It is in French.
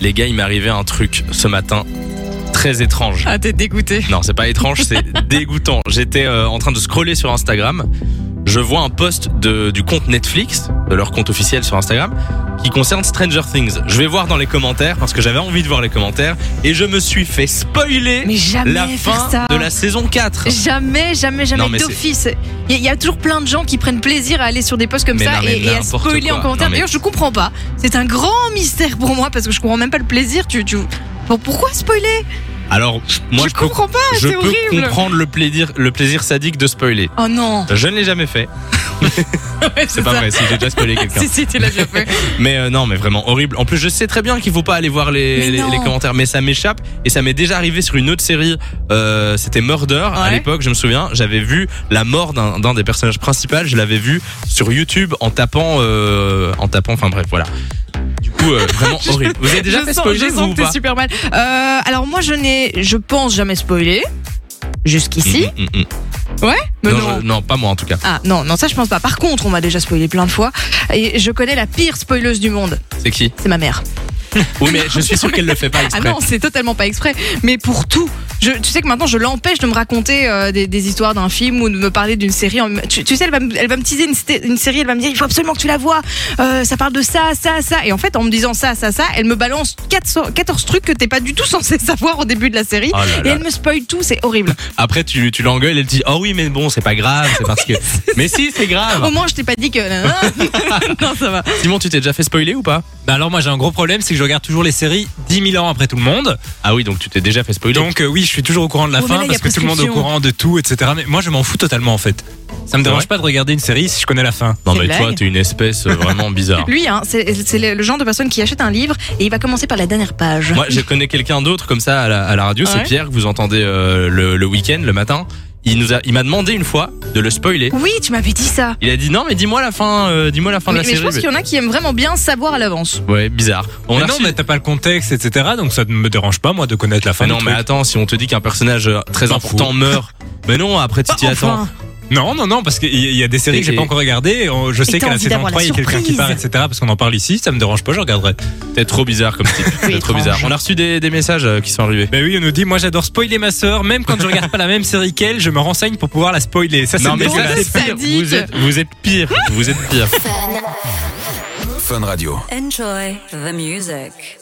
Les gars, il m'est arrivé un truc ce matin très étrange. Ah, t'es dégoûté. Non, c'est pas étrange, c'est dégoûtant. J'étais euh, en train de scroller sur Instagram. Je vois un post de, du compte Netflix, de leur compte officiel sur Instagram, qui concerne Stranger Things. Je vais voir dans les commentaires parce que j'avais envie de voir les commentaires et je me suis fait spoiler Mais jamais la faire fin ça. de la saison 4. Jamais, jamais, jamais Non, mais d'office. Il y, a- il y a toujours plein de gens qui prennent plaisir à aller sur des posts comme Mais ça non, mais et, et à n'importe spoiler quoi. en commentaire. Non, mais- D'ailleurs, je comprends pas. C'est un grand mystère pour moi parce que je comprends même pas le plaisir. Tu, tu... Bon, pourquoi spoiler Alors, moi, Je je peux, comprends pas, je c'est peux horrible. comprendre le plaisir, le plaisir sadique de spoiler. Oh non. Je ne l'ai jamais fait. C'est pas ça. vrai, si j'ai déjà spoilé quelqu'un. Si, si, tu l'as bien fait. Mais euh, non, mais vraiment horrible. En plus, je sais très bien qu'il faut pas aller voir les, Mais les, non. les commentaires, mais ça m'échappe. Et ça m'est déjà arrivé sur une autre série. Euh, C'était Murder à Ouais. l'époque, je me souviens. J'avais vu la mort d'un d'un des personnages principaux. Je l'avais vu sur YouTube en tapant, euh, en tapant. Enfin bref, voilà. Du coup, euh, vraiment horrible. Vous avez déjà je fait sens, spoiler je vous, sens ou que t'es pas super mal. Euh, alors moi, je n'ai, je pense jamais spoilé jusqu'ici. Mm, mm, mm, mm. Mais non, non. je- non, pas moi en tout cas. Ah non, non, ça je pense pas. Par contre, on m'a déjà spoilé plein de fois. Et je connais la pire spoileuse du monde. C'est qui C'est ma mère. Oui, mais je suis sûr qu'elle le fait pas Ah exprès. non, c'est totalement pas exprès. Mais pour tout. Je, tu sais que maintenant, je l'empêche de me raconter euh, des, des histoires d'un film ou de me parler d'une série. En- Tu, tu sais, elle va, me- elle va me teaser une, sté- une série, elle va me dire il faut absolument que tu la vois. Euh, ça parle de ça, ça, ça. Et en fait, en me disant ça, ça, ça, elle me balance 400 14 trucs que t'es pas du tout censé savoir au début de la série. Oh là Et là. elle me spoil tout, c'est horrible. Après, tu, tu l'engueules, elle te dit Oh oui, mais bon, c'est pas grave, c'est parce que. Mais si, c'est grave Au moins, je t'ai pas dit que. non, ça va. Simon, tu t'es déjà fait spoiler ou pas Bah alors moi j'ai un gros problème, c'est que je regarde toujours les séries 10 000 ans après tout le monde. Ah oui, donc tu t'es déjà fait spoiler. Donc euh, oui, je suis toujours au courant de la Ouais, mais fin là, il y a parce que tout le monde est au prescription. courant de tout, etc. Mais moi je m'en fous totalement en fait. Ça me C'est dérange vrai pas de regarder une série si je connais la fin. Non Quelle mais toi, blague. t'es une espèce euh, vraiment bizarre. Lui, hein, c'est c'est le le genre de personne qui achète un livre et il va commencer par la dernière page. Moi, je connais quelqu'un d'autre comme ça à la, à la radio, c'est Ouais. Pierre que vous entendez euh, le, le week-end, le matin. Il nous a, il m'a demandé une fois de le spoiler. Oui, tu m'avais dit ça. Il a dit non, mais dis-moi la fin, euh, dis-moi la fin Mais, de la mais je série. pense qu'il y en a qui aiment vraiment bien savoir à l'avance. Mais- Ouais, bizarre. On mais a non, reçu- mais t'as pas le contexte, etc. Donc ça ne me dérange pas moi de connaître la fin. Mais non, du mais truc. attends, si on te dit qu'un personnage euh, très T'en important fous. meurt, mais non, après tu t'y attends. Enfin, non, non, non, parce qu'il y- il y a des séries que j'ai Et- pas encore regardées. On- Je sais t'as qu'à la envie saison d'avoir la 3 il y a quelqu'un qui surprise. part, etc. Parce qu'on en parle ici, ça me dérange pas, je regarderai. T'es trop bizarre comme type. T'es trop étrange. bizarre. On a reçu des, des messages euh, qui sont arrivés. Bah oui, on nous dit, moi j'adore spoiler ma sœur, même quand je regarde pas la même série qu'elle, je me renseigne pour pouvoir la spoiler. Ça c'est Non mais bon, ça, dégueulasse. c'est c'est pire. sadique. Vous êtes, vous êtes pire. Vous êtes pire. Fun Radio. Enjoy the music.